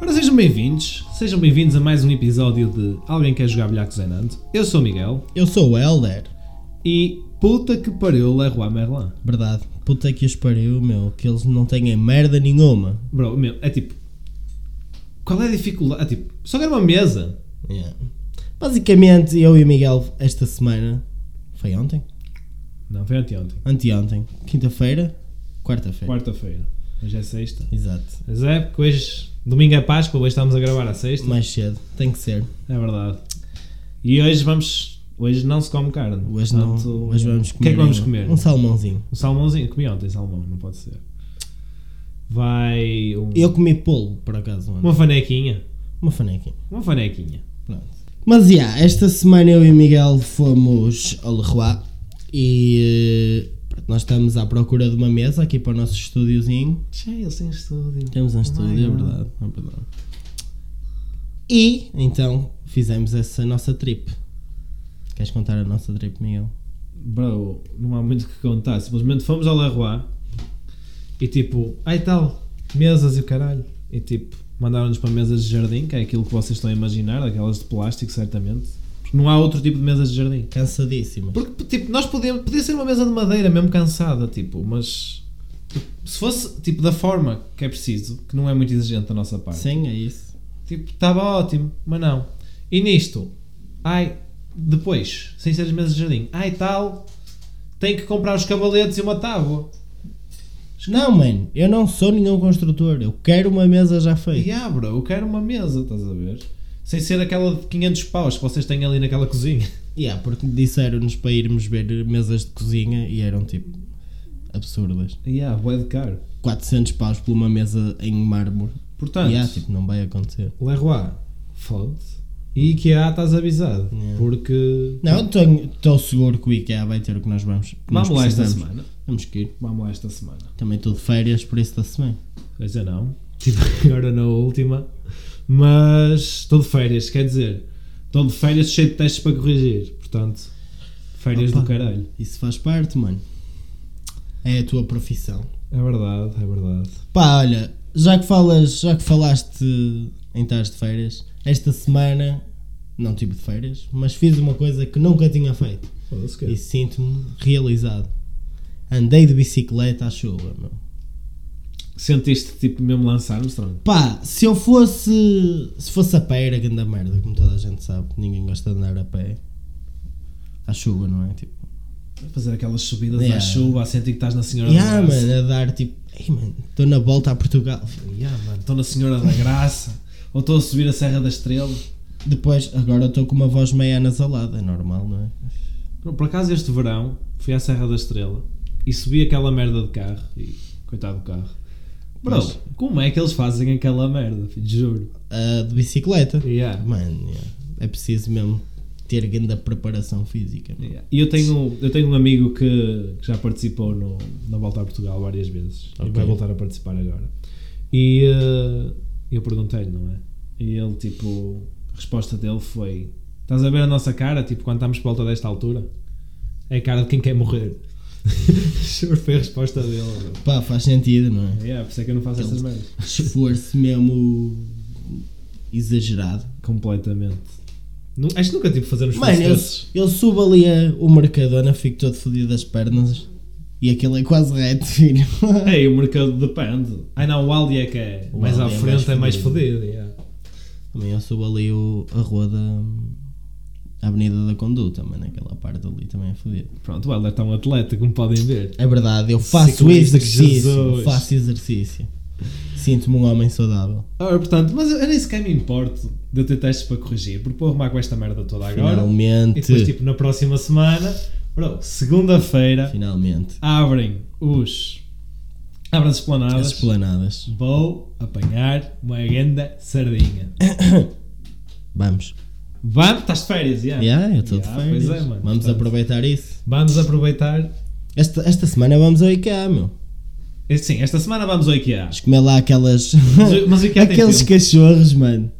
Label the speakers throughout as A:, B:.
A: Ora, sejam bem-vindos. Sejam bem-vindos a mais um episódio de Alguém Quer Jogar Bilhar com o Zé Nando. Eu sou o Miguel
B: Eu sou o Helder.
A: e puta que pariu Leroy Merlin.
B: Verdade. Puta que os pariu, meu. Que eles não têm merda nenhuma.
A: Bro, meu, é tipo... Qual é a dificuldade? É tipo, só quero uma mesa.
B: Yeah. Basicamente, eu e o Miguel, esta semana. Foi ontem?
A: Não, foi anteontem.
B: Anteontem. Quinta-feira? Quarta-feira.
A: Quarta-feira. Hoje é sexta.
B: Exato.
A: Mas é, porque hoje... Domingo é Páscoa, hoje estamos a gravar à sexta.
B: Mais cedo. Tem que ser.
A: É verdade. E hoje vamos... Hoje não se come carne.
B: Hoje não.
A: Portanto,
B: Hoje vamos comer.
A: O que é que vamos
B: um-
A: comer?
B: Um salmãozinho.
A: Um salmãozinho, comi ontem salmão, não pode ser. Vai um-
B: Eu comi polvo, por acaso. ontem.
A: uma fanequinha.
B: Uma fanequinha.
A: Uma fanequinha.
B: Pronto. Mas já, esta semana eu e o Miguel fomos ao Leroy e eh, pronto, nós estamos à procura de uma mesa aqui para o nosso estúdiozinho.
A: Cheio, sem estúdio.
B: Temos um estúdio, é verdade, é verdade. E então fizemos essa nossa trip. Queres contar a nossa trip, Miguel?
A: Bro, não há muito o que contar. Simplesmente fomos ao Leroy e tipo, ai tal, mesas e o caralho. E tipo, mandaram-nos para mesas de jardim, que é aquilo que vocês estão a imaginar, aquelas de plástico, certamente. Porque não há outro tipo de mesas de jardim.
B: Cansadíssimo.
A: Porque, tipo, nós podíamos. Podia ser uma mesa de madeira, mesmo cansada, tipo, mas. tipo, Se fosse, tipo, da forma que é preciso, que não é muito exigente da nossa parte,
B: Sim, é isso.
A: tipo, estava ótimo, mas não. E nisto, ai, depois, sem ser as mesas de jardim, ai tal, tem que comprar os cavaletes e uma tábua.
B: Não, mano, eu não sou nenhum construtor. Eu quero uma mesa já
A: E
B: feita.
A: abra, eu quero uma mesa, estás a ver? Sem ser aquela de 500 paus que vocês têm ali naquela cozinha.
B: Yeah, porque disseram-nos para irmos ver mesas de cozinha e eram tipo absurdas.
A: E yeah, bué de caro.
B: 400 paus por uma mesa em mármore.
A: Portanto,
B: Yeah, tipo, não vai acontecer.
A: Leroy, fode E IKEA estás avisado.
B: Yeah.
A: Porque.
B: Não, estou seguro que o IKEA vai ter o que nós vamos. que nós
A: Vamos lá esta
B: precisamos.
A: semana.
B: Vamos que ir.
A: Vamos lá esta semana.
B: Também estou de férias por isso da semana.
A: Pois é, não. Estive agora na última. Mas estou de férias, quer dizer. Estou de férias cheio de testes para corrigir. Portanto, férias
B: Opa.
A: do caralho.
B: Isso faz parte, mano. É a tua profissão.
A: É verdade, é verdade.
B: Pá, olha, já que falas, já que falaste em estar de férias, esta semana não tive de férias, mas fiz uma coisa que nunca tinha feito
A: Foda-se
B: e sinto-me realizado. Andei de bicicleta à chuva, meu.
A: Sentiste tipo mesmo lançar Armstrong?
B: Pá, se eu fosse. Se fosse a pé, era grande merda, como toda a gente sabe. Ninguém gosta de andar a pé. À chuva, não é? Tipo.
A: Fazer aquelas subidas à
B: Yeah.
A: chuva, a sentir que estás na Senhora
B: Yeah,
A: da Graça.
B: mano, a dar tipo. Ei, mano, estou na volta a Portugal.
A: Yeah, mano. Estou na Senhora da Graça. Ou estou a subir a Serra da Estrela.
B: Depois, agora estou com uma voz meio anasalada, é normal, não é?
A: Não, Por acaso este verão fui à Serra da Estrela e subi aquela merda de carro e coitado do carro. Bro,
B: Mas-
A: como é que eles fazem aquela merda? filho? Juro.
B: Ah, de bicicleta.
A: Yeah.
B: Mano, yeah, é preciso mesmo ter grande preparação física. meu.
A: Yeah. E eu tenho, eu tenho um amigo que, que já participou no, na Volta a Portugal várias vezes e
B: Ok.
A: vai voltar a participar agora. E eh, eu perguntei-lhe, não é? E ele, tipo, a resposta dele foi: Estás a ver a nossa cara? Tipo, quando estamos por volta desta altura, é a cara de quem quer morrer. Juro, foi a resposta dele. bro.
B: Pá, faz sentido, não é?
A: É, por isso é que eu não faço essas merdas.
B: Esforço mesmo exagerado.
A: Completamente. Nu- acho que nunca tive de fazer uns
B: Mano, eu,
A: desses.
B: eu subo ali a- o Mercadona, fico todo fodido das pernas e aquele é quase reto, filho.
A: Ei, o mercado depende. Ai não, o Aldi é que é.
B: O
A: mais à
B: Aldi é
A: frente
B: mais
A: é mais
B: fodido.
A: fodido. yeah.
B: Também eu subo ali o, a rua da a Avenida da Conduta, mano, aquela parte ali também é fodida.
A: Pronto, o Helder está um atleta, como podem ver.
B: É verdade, eu faço
A: Ciclista,
B: exercício,
A: Jesus.
B: faço exercício. Sinto-me um homem saudável.
A: Ora, Ah, portanto, mas eu, eu nem sequer me importo de eu ter testes para corrigir, porque vou arrumar com esta merda toda agora.
B: Finalmente.
A: E depois, tipo, na próxima semana, bro, segunda-feira,
B: Finalmente.
A: abrem os. abrem as
B: As
A: esplanadas.
B: esplanadas.
A: Vou apanhar uma grande sardinha.
B: Vamos.
A: Vamos, estás de férias, yeah.
B: Yeah, eu estou de
A: É. Yeah,
B: férias.
A: Pois é, mano.
B: Vamos
A: Portanto,
B: aproveitar isso.
A: Vamos aproveitar.
B: Esta, esta semana vamos ao IKEA, meu.
A: Eh, Sim, esta semana vamos ao IKEA.
B: Vamos comer lá é aquelas.
A: Mas o IKEA tem
B: aqueles
A: filme.
B: cachorros, mano.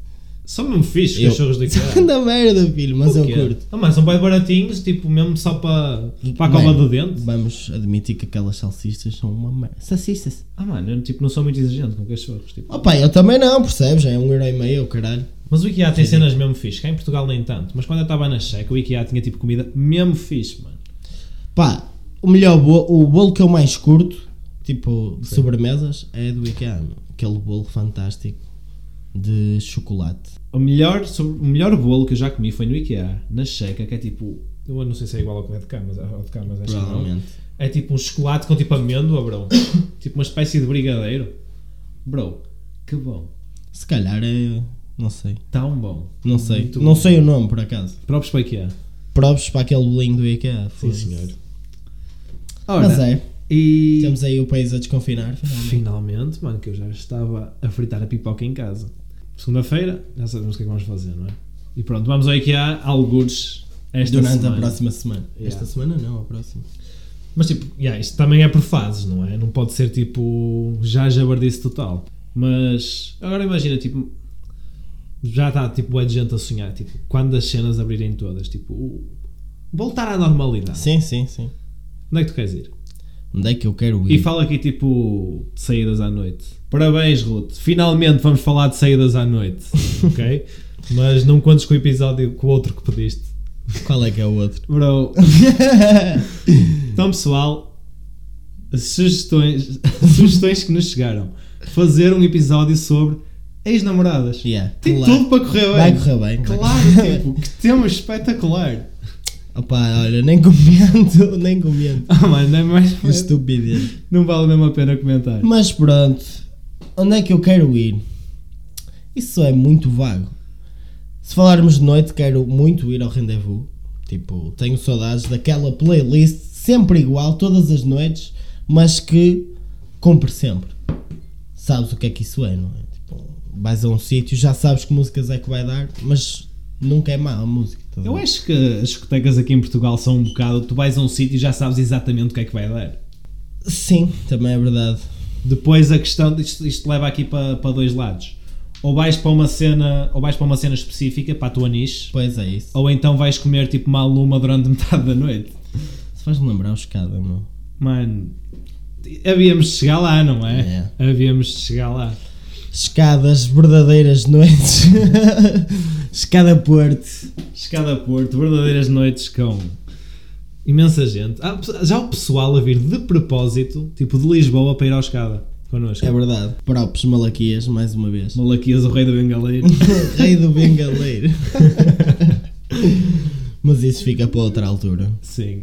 A: São mesmo fixe os
B: Eu-
A: cachorros da IKEA.
B: Anda merda, filho, mas eu curto.
A: Não, mas são bem baratinhos, tipo, mesmo só para, para a
B: Bem,
A: cova do dente.
B: Vamos admitir que aquelas salsichas são uma merda. Salsichas.
A: Ah, mano, eu tipo, não sou muito exigente com cachorros. Tipo.
B: Opa, eu também não, percebes? É um euro e meio, caralho.
A: Mas o IKEA tem cenas mesmo fixe. Cá em Portugal nem tanto. Mas quando eu estava na Checa, o IKEA tinha tipo comida mesmo fixe, mano.
B: Pá, o melhor bolo, o bolo que eu mais curto, tipo, de sobremesas, é do IKEA. meu. Aquele bolo fantástico de chocolate.
A: O melhor, sobre- o melhor bolo que eu já comi foi no IKEA, na Checa, que é tipo. Eu não sei se é igual ao que é de cá, mas, ao de cá, mas acho que não.
B: Provavelmente.
A: É tipo um chocolate com tipo amêndoa, bro. tipo uma espécie de brigadeiro. Bro, que bom.
B: Se calhar é. Não sei.
A: Tão bom.
B: Não sei.
A: Muito
B: não
A: bom.
B: sei o nome, por acaso.
A: Próprios para IKEA.
B: Provos para aquele bolinho do IKEA. foda-se.
A: Ora,
B: Mas é.
A: e.
B: Temos aí o país a desconfinar, finalmente.
A: Finalmente, mano, que eu já estava a fritar a pipoca em casa. Segunda-feira, já sabemos o que é que vamos fazer, não é? E pronto, vamos ao IKEA, algures esta
B: Durante
A: semana.
B: a próxima semana.
A: Yeah.
B: Esta semana não, a próxima.
A: Mas tipo, yeah, isto também é por fases, não é? Não pode ser tipo já jabardice total. Mas agora imagina, tipo, já está tipo a gente a sonhar, tipo, quando as cenas abrirem todas, tipo, o- voltar à normalidade.
B: Sim, sim, sim.
A: Onde é que tu queres ir?
B: Onde é que eu quero
A: E
B: ir?
A: fala aqui tipo de saídas à noite. Parabéns, Ruth. Finalmente vamos falar de saídas à noite, ok? Mas não contes com o episódio com o outro que pediste.
B: Qual é que é o outro?
A: Bro. Então, pessoal, as sugestões, sugestões que nos chegaram. Fazer um episódio sobre ex-namoradas.
B: Yeah,
A: Tem
B: claro.
A: tudo para correr bem.
B: Vai correr bem. vai correr
A: Claro,
B: bem.
A: tipo, que tema espetacular.
B: Opa, olha, nem comento, nem comento.
A: Ah, mano, é mais.
B: Que Estupidez.
A: Não vale mesmo a pena comentar.
B: Mas pronto, onde é que eu quero ir? Isso é muito vago. Se falarmos de noite, quero muito ir ao rendezvous. Tipo, tenho saudades daquela playlist sempre igual, todas as noites, mas que compre sempre. Sabes o que é que isso é, não é? Tipo, vais a um sítio, já sabes que músicas é que vai dar, mas nunca é má a música. tá
A: Eu
B: bem?
A: acho que as discotecas aqui em Portugal são um bocado. Tu vais a um sítio e já sabes exatamente o que é que vai dar.
B: Sim, também é verdade.
A: Depois a questão. Isto, isto leva aqui para, para dois lados. Ou vais para uma cena. Ou vais para uma cena específica, para a tua niche.
B: Pois é isso.
A: Ou então vais comer tipo uma luma durante metade da noite.
B: Se faz-me lembrar o escada, meu.
A: Mano. Havíamos de chegar lá, não é?
B: É.
A: Havíamos de chegar lá.
B: Escadas, verdadeiras noites. Escada Porto.
A: Escada a Porto, verdadeiras noites com imensa gente. Ah, já o pessoal a vir de propósito, tipo de Lisboa, para ir ao escada connosco.
B: É verdade. Próprios Malaquias, mais uma vez.
A: Malaquias, o rei do bengaleiro.
B: Rei do Bengaleiro. Mas isso fica para outra altura.
A: Sim.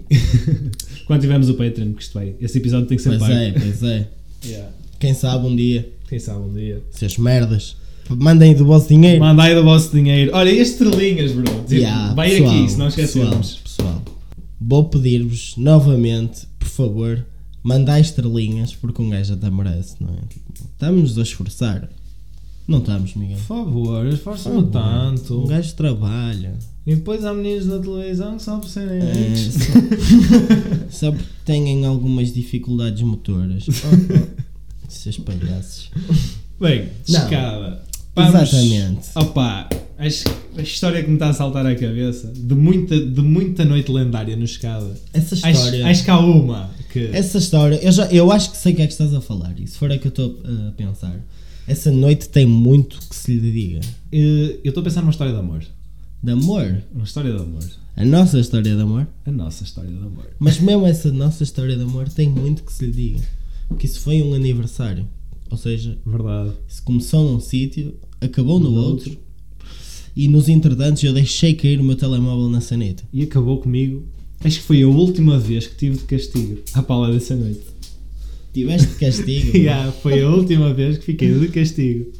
A: Quando tivermos o Patreon, que isto vai. Esse episódio tem que ser
B: Pois
A: pago.
B: é, pois é.
A: Yeah.
B: Quem sabe um dia.
A: Quem sabe um dia.
B: Seus merdas. Mandem do vosso dinheiro.
A: Mandai do vosso dinheiro. Olha, e as estrelinhas, bro. Tipo,
B: Yeah,
A: vai
B: pessoal,
A: aqui, se não esquecemos.
B: Pessoal, pessoal, vou pedir-vos novamente, por favor, mandai estrelinhas, porque um gajo até merece, não é? Estamos a esforçar. Não estamos, Miguel.
A: Por favor, esforçam-me
B: Um
A: tanto.
B: gajo trabalha.
A: E depois há meninos da televisão que só por serem
B: É,
A: ricos.
B: só, só porque têm algumas dificuldades motoras. Oh, oh, seus palhaços.
A: Bem,
B: Não.
A: escada.
B: Exatamente.
A: Opa, acho que a história que me está a saltar à cabeça de muita, de muita noite lendária no escada.
B: Essa
A: Acho,
B: história. É.
A: acho que há uma que.
B: Essa história, eu, já, eu acho que sei o que é que estás a falar. E se for a que eu estou uh, a pensar, essa noite tem muito que se lhe diga.
A: Eh, Eu estou a pensar numa história de amor.
B: De amor.
A: Uma história de amor.
B: A nossa história de amor.
A: A nossa história de amor.
B: Mas mesmo essa nossa história de amor tem muito que se lhe diga. Porque isso foi um aniversário. Ou seja,
A: Verdade.
B: isso começou num sítio, acabou no
A: No
B: outro. E nos entretantos eu deixei cair o meu telemóvel na saneta.
A: E acabou comigo. Acho que foi a última vez que tive de castigo à pala dessa noite.
B: Tiveste castigo. mano.
A: Yeah, foi a última vez que fiquei de castigo.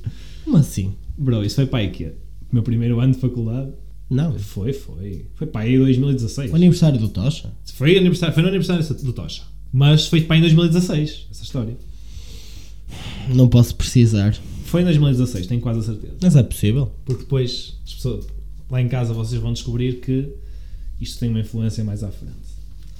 B: Como assim?
A: Bro, isso foi para aí que meu primeiro ano de faculdade.
B: Não.
A: Foi, foi. Foi para aí 2016.
B: O aniversário do Tocha?
A: Foi, aniversário, foi no aniversário do Tocha. Mas foi para aí em 2016, essa história.
B: Não posso precisar.
A: Foi em 2016, tenho quase a certeza.
B: Mas é possível.
A: Porque depois, as pessoas, lá em casa, vocês vão descobrir que isto tem uma influência mais à frente.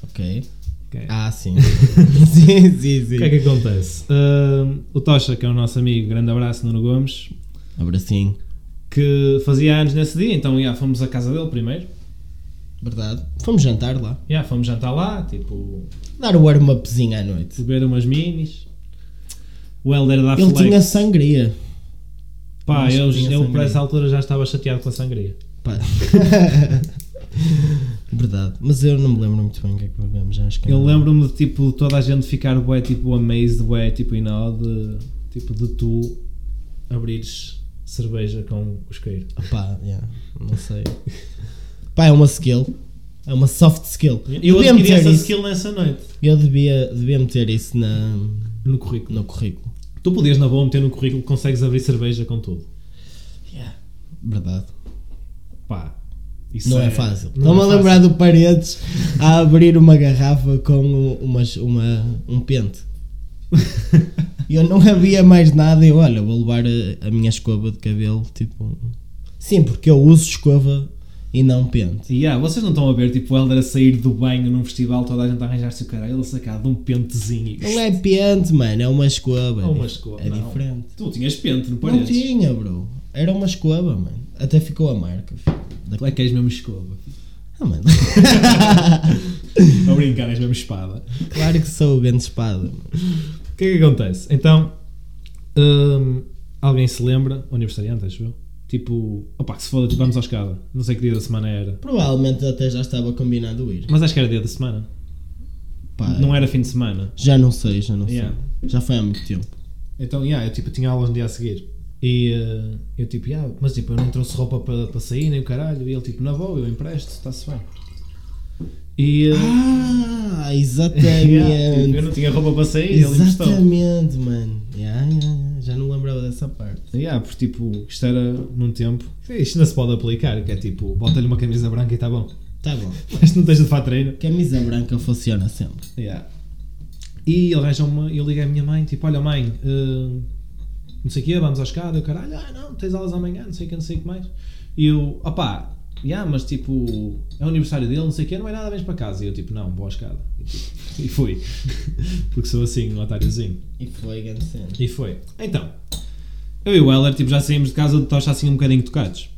B: Ok.
A: ok?
B: Ah, sim. sim, sim, sim.
A: O que é que acontece? Ah, o Tocha, que é o nosso amigo, grande abraço, Nuno Gomes,
B: assim. Abracinho.
A: que fazia anos nesse dia, então já fomos à casa dele primeiro.
B: Verdade. Fomos jantar lá.
A: Já fomos jantar lá, tipo,
B: Dar o warm-upzinho à noite.
A: beber umas minis. O Helder da
B: Ele
A: Flex.
B: tinha sangria.
A: Pá,
B: Acho que
A: eu,
B: tinha
A: eu por
B: sangria.
A: essa altura já estava chateado com a sangria.
B: Pá. Verdade. Mas eu não me lembro muito bem o que é que bebemos. Acho que
A: Eu
B: não.
A: lembro-me de tipo toda a gente ficar bué tipo amazed, bué tipo e não, de tipo de tu abrires cerveja com cusqueiro.
B: Opá, yeah, não sei. Pá, é uma skill. É uma soft skill.
A: Eu
B: devia
A: adquiri
B: meter
A: essa
B: isso.
A: skill nessa noite
B: Eu devia, devia meter isso na,
A: no currículo.
B: no currículo.
A: Tu podias na boa meter no currículo que consegues abrir cerveja com tudo.
B: Verdade.
A: Pá, isso
B: Não é, fácil.
A: não
B: Estou-me
A: é
B: a lembrar do Paredes a abrir uma garrafa com u- umas, uma, um pente. E eu não havia mais nada. Eu, olha, vou levar eh, a, a minha escova de cabelo. Tipo. Sim, porque eu uso escova e não pente.
A: E ah, vocês não estão a ver tipo o Helder a sair do banho num festival, toda a gente a arranjar-se o caralho, ele a sacar de um pentezinho. e-
B: Não é pente, mano, é uma escova.
A: É uma escova,
B: É
A: não.
B: diferente.
A: Tu tinhas pente, não
B: Não
A: paredes?
B: tinha, bro. Era uma escova, mano. Até ficou a marca. filho.
A: Tu é que és mesmo escova.
B: Ah, mano.
A: a brincar, és mesmo espada.
B: claro que sou o grande espada. mano.
A: O que é que acontece? Então, hum, alguém se lembra, o aniversariante, acho eu, tipo, opa, que se foda, tipo, vamos à escada. Não sei que dia da semana era,
B: Provavelmente até já estava combinado ir.
A: mas acho que era dia da semana,
B: Pá, é.
A: não era fim de semana.
B: Já não sei, já não
A: Yeah.
B: sei. Já foi há muito tempo.
A: Então, yeah, eu tipo, tinha aulas no dia a seguir. E eh, eu tipo, yeah, mas tipo, eu não trouxe roupa para para sair, nem o caralho. E ele tipo, não vou, eu empresto, está-se bem. E eh,
B: Ah, exatamente.
A: yeah, tipo, eu não tinha roupa para sair, ele emprestou.
B: exatamente, mano. Yeah, yeah, yeah. Já não lembrava dessa parte.
A: Yeah, porque tipo, isto era num tempo. Isto ainda se pode aplicar, que é tipo, bota-lhe uma camisa branca e está bom.
B: Tá bom.
A: Mas não tens de fato treino.
B: Camisa branca funciona sempre.
A: Yeah. E ele arranja uma. Eu liguei à minha mãe, tipo, olha mãe, eh, não sei o quê, vamos à escada, eu caralho, ah não, tens aulas amanhã, não sei o que, não sei o que mais. E eu, opá, yeah, mas tipo, é o aniversário dele, não sei o quê, não é nada, vens para casa. E eu tipo, não, vou à escada. E, tipo, e fui. Porque sou assim, um otáriozinho.
B: E foi grande cena.
A: E foi. Então, eu e o Heller, tipo, já saímos de casa do Tocha assim um bocadinho tocados.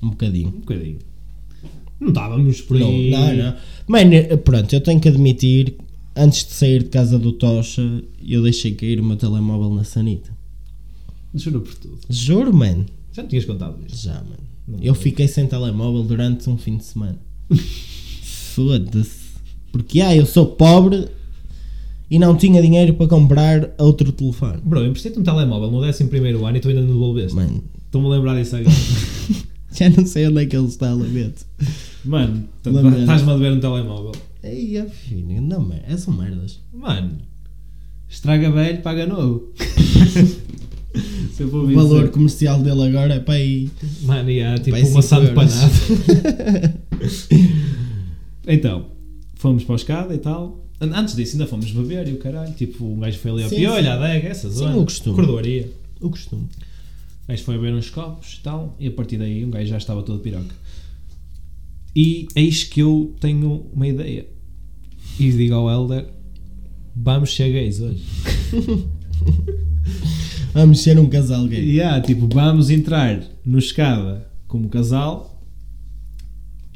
B: Um bocadinho.
A: Um bocadinho. Não estávamos por
B: Não,
A: aí.
B: não, não. Mano, eh, pronto, eu tenho que admitir, antes de sair de casa do Tocha, eu deixei cair o meu telemóvel na sanita.
A: Juro por tudo.
B: Juro, mano.
A: Já me tinhas contado isto.
B: Já, mano.
A: Não
B: eu fiquei sem telemóvel durante um fim de semana. Foda-se. Porque, ah, eu sou pobre e não tinha dinheiro para comprar outro telefone.
A: Bro, eu emprestei-te um telemóvel no 11 primeiro ano e tu ainda não devolveste.
B: Mano,
A: Estou-me a lembrar disso agora.
B: já não sei onde é que ele está, lamento.
A: Mano, t-
B: Lembrei.
A: estás-me a dever um telemóvel.
B: Ei, afim, não, mano, é são merdas.
A: Mano, estraga velho, paga novo. Se eu vou
B: O
A: ouvir
B: valor
A: dizer-
B: comercial dele agora é para aí.
A: Mano, e há tipo
B: Vai
A: uma
B: cinco
A: sã de
B: euros.
A: panado. então, fomos para a escada e tal. An- Antes disso, ainda fomos beber e o caralho. Tipo, um gajo foi ali ao
B: Sim,
A: piolho,
B: sim.
A: à adega, essa zona.
B: o costume.
A: Cordoaria.
B: O costume.
A: O gajo foi beber uns copos e tal, e a partir daí um gajo já estava todo piroca. E eis que eu tenho uma ideia. E digo ao Helder: vamos ser gays hoje.
B: Vamos ser um casal gay.
A: E há, tipo, vamos entrar no escada como casal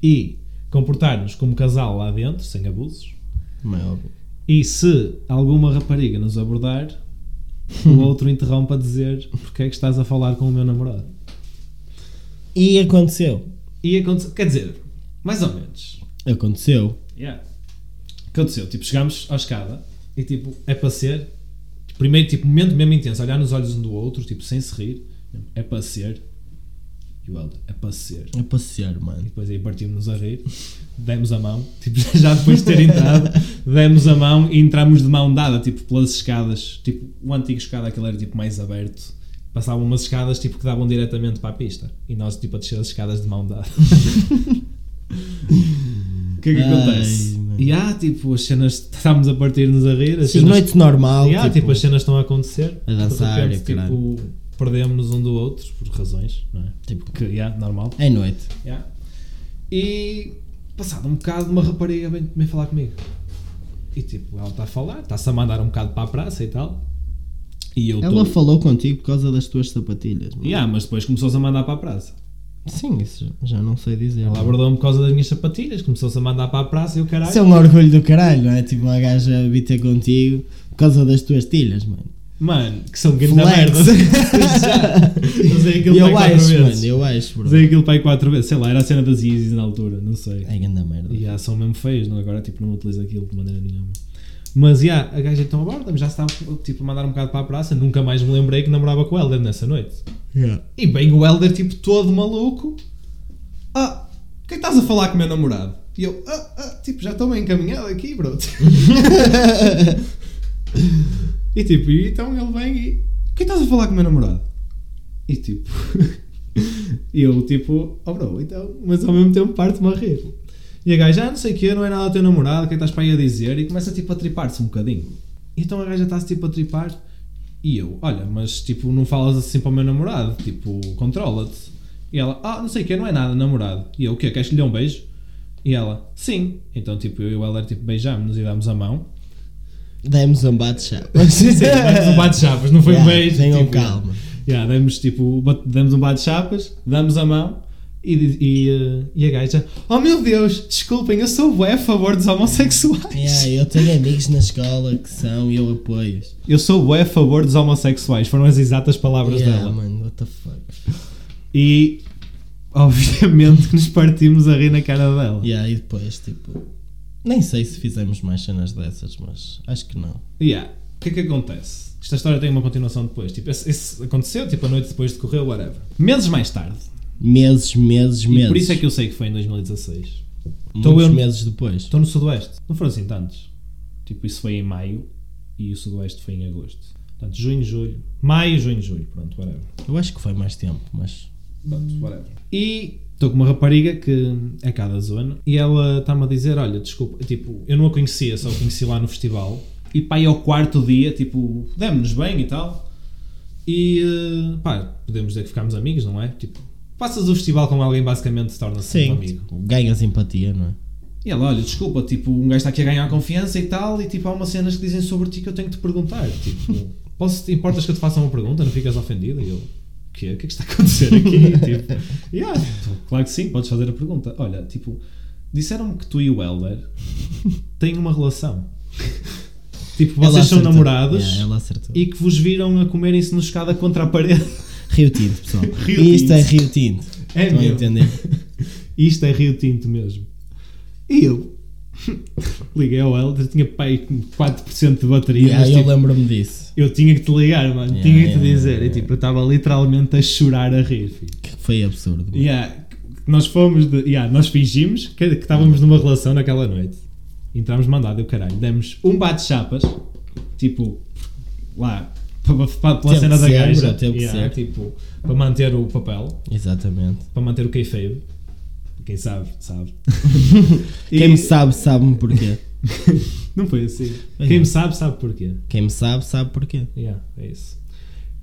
A: e comportar-nos como casal lá dentro, sem abusos.
B: Como é óbvio.
A: E se alguma rapariga nos abordar, o outro interrompe a dizer: porque é que estás a falar com o meu namorado?
B: E aconteceu.
A: E aconteceu, quer dizer, mais ou menos.
B: Aconteceu.
A: Yeah. Aconteceu, tipo, chegámos à escada e tipo, é para ser. Primeiro, tipo, momento mesmo intenso, olhar nos olhos um do outro, tipo, sem se rir, é para ser. E o Helder, é para ser.
B: É passear,
A: E
B: mano.
A: depois aí partimos-nos a rir, demos a mão, tipo, já depois de ter entrado, demos a mão e entramos de mão dada, tipo, pelas escadas. Tipo, o antigo escada, aquele era tipo mais aberto. Passavam umas escadas tipo que davam diretamente para a pista. E nós, tipo, a descer as escadas de mão dada. O que é que
B: Ai,
A: acontece?
B: mano.
A: E há, tipo, as cenas, estávamos a partir-nos a rir. As
B: Sim,
A: cenas,
B: noite normal.
A: e há, tipo,
B: tipo,
A: as cenas estão a acontecer.
B: a dançar
A: de
B: e
A: repente,
B: caralho.
A: tipo, perdemos um do outro, por razões, não é?
B: Tipo,
A: Que, yeah, normal.
B: é noite.
A: Yeah. E passado um bocado, uma rapariga vem, vem tá falar comigo. E tipo, ela está a falar, está-se a mandar um bocado para a praça e tal. E eu
B: Ela
A: estou.
B: falou contigo por causa das tuas sapatilhas. mano.
A: Yeah, mas depois começou-se a mandar para a praça.
B: Sim, isso já não sei dizer.
A: Ela abordou-me por causa das minhas sapatilhas, começou-se a mandar para a praça e o caralho.
B: Isso é um orgulho do caralho, não é? Tipo uma gaja a bita contigo por causa das tuas tilhas, mano.
A: Mano, que são grande merda.
B: Flex.
A: Usei aquilo para aí
B: eu
A: quatro
B: acho,
A: vezes.
B: mano, eu acho, bro.
A: Usei aquilo para aí quatro vezes. Sei lá, era a cena das Yeezys na altura, não sei.
B: É grande merda.
A: E yeah, são mesmo feios, não? agora tipo, não utilizo aquilo de maneira nenhuma. Mas yeah, a gaja então aborda-me, já estava tipo, a mandar um bocado para a praça, nunca mais me lembrei que namorava com o Helder nessa noite. E bem o Helder tipo todo maluco. Ah, o que é que estás a falar com o meu namorado? E eu, ah, ah, tipo, já estou bem encaminhado aqui, bro. e tipo, e então ele vem e. O que é que estás a falar com o meu namorado? E tipo. e eu tipo, oh bro, então, mas ao mesmo tempo parte-me a rir. E a gaja, ah, não sei o quê, não é nada teu namorado, o que é que estás para aí a dizer? E começa tipo a tripar-se um bocadinho. E então a gaja está-se tipo a tripar. E eu, olha, mas tipo, não falas assim para o meu namorado, tipo, controla-te. E ela, ah, não sei o quê, não é nada namorado. E eu, o quê, queres que lhe dê um beijo? E ela, sim. Então tipo, eu e o Heller tipo, beijámos-nos e dámos a mão.
B: Demos um bate-chapa.
A: Sim, demos um bate-chapas, não foi um
B: Yeah,
A: beijo.
B: Tenham
A: tipo,
B: calma.
A: Yeah, damos tipo, bat- damos um bate-chapas, damos a mão e, diz- e, eh, e a gaja, oh meu Deus, desculpem, eu sou bué a favor dos homossexuais.
B: Yeah, eu tenho amigos na escola que são e eu apoio-os.
A: Eu sou bué a favor dos homossexuais, foram as exatas palavras
B: Yeah,
A: dela.
B: mano, what the fuck.
A: E obviamente que nos partimos a rir na cara dela. Yeah.
B: Yeah, e depois, tipo, nem sei se fizemos mais cenas dessas, mas acho que não.
A: O que é que acontece? Esta história tem uma continuação depois. Tipo, esse, esse aconteceu, tipo, a noite depois decorreu, whatever. Meses mais tarde.
B: Meses, meses, meses.
A: E por isso é que eu sei que foi em 2016. Então
B: Muitos
A: eu-
B: meses depois.
A: Estou no Sudoeste. Não foram assim tantos. Tipo, isso foi em maio e o Sudoeste foi em agosto. Portanto, junho, julho. Maio, junho, julho. Pronto, whatever.
B: Eu acho que foi mais tempo, mas.
A: Pronto, whatever. E estou com uma rapariga que é cá da zona e ela está-me a dizer: Olha, desculpa, tipo, eu não a conhecia, só a conheci lá no festival. E pá, e ao quarto dia, tipo, demos-nos bem e tal. E eh, pá, podemos dizer que ficámos amigos, não é? Tipo, passas o festival com alguém, basicamente, torna-se um amigo.
B: tipo, ganha simpatia, não é?
A: E ela, olha, desculpa, tipo, um gajo está aqui a ganhar confiança e tal, e tipo, há umas cenas que dizem sobre ti que eu tenho que te perguntar. Tipo, posso, importas que eu te faça uma pergunta? Não ficas ofendido? E eu, o quê? O que é que está a acontecer aqui? tipo, yeah, tipo, claro que sim, podes fazer a pergunta. Olha, tipo, disseram-me que tu e o Helder têm uma relação. tipo,
B: Ela
A: vocês são
B: acertou.
A: namorados
B: Yeah, ela acertou.
A: e que vos viram a comerem-se no escada contra a parede.
B: Rio Tinto, pessoal.
A: Rio
B: Isto é
A: Tinto.
B: Rio Tinto.
A: É
B: Estão a
A: mesmo.
B: entender?
A: Isto é Rio Tinto mesmo. E eu liguei ao Helder, tinha pai 4% de bateria.
B: Yeah,
A: mas,
B: eu
A: tipo,
B: lembro-me disso.
A: eu tinha que te ligar, mano.
B: Yeah,
A: tinha que te
B: yeah,
A: dizer.
B: yeah,
A: e tipo, eu estava literalmente a chorar a rir, filho.
B: Que foi absurdo. mano.
A: Yeah, nós fomos de. Yeah, nós fingimos que que estávamos numa relação naquela noite. Entramos mandado e o caralho. Demos um bate-chapas, tipo, lá, para, para, pela
B: Teve
A: cena
B: que
A: da
B: ser,
A: gaja.
B: bro, teve que
A: Yeah,
B: ser.
A: tipo, para manter o papel,
B: Exatamente.
A: para manter o kayfabe. Quem sabe, sabe.
B: Quem me sabe, sabe-me porquê.
A: Não foi assim.
B: Pois
A: Quem
B: não.
A: me sabe, sabe porquê.
B: Quem me sabe, sabe porquê.
A: Yeah, é isso.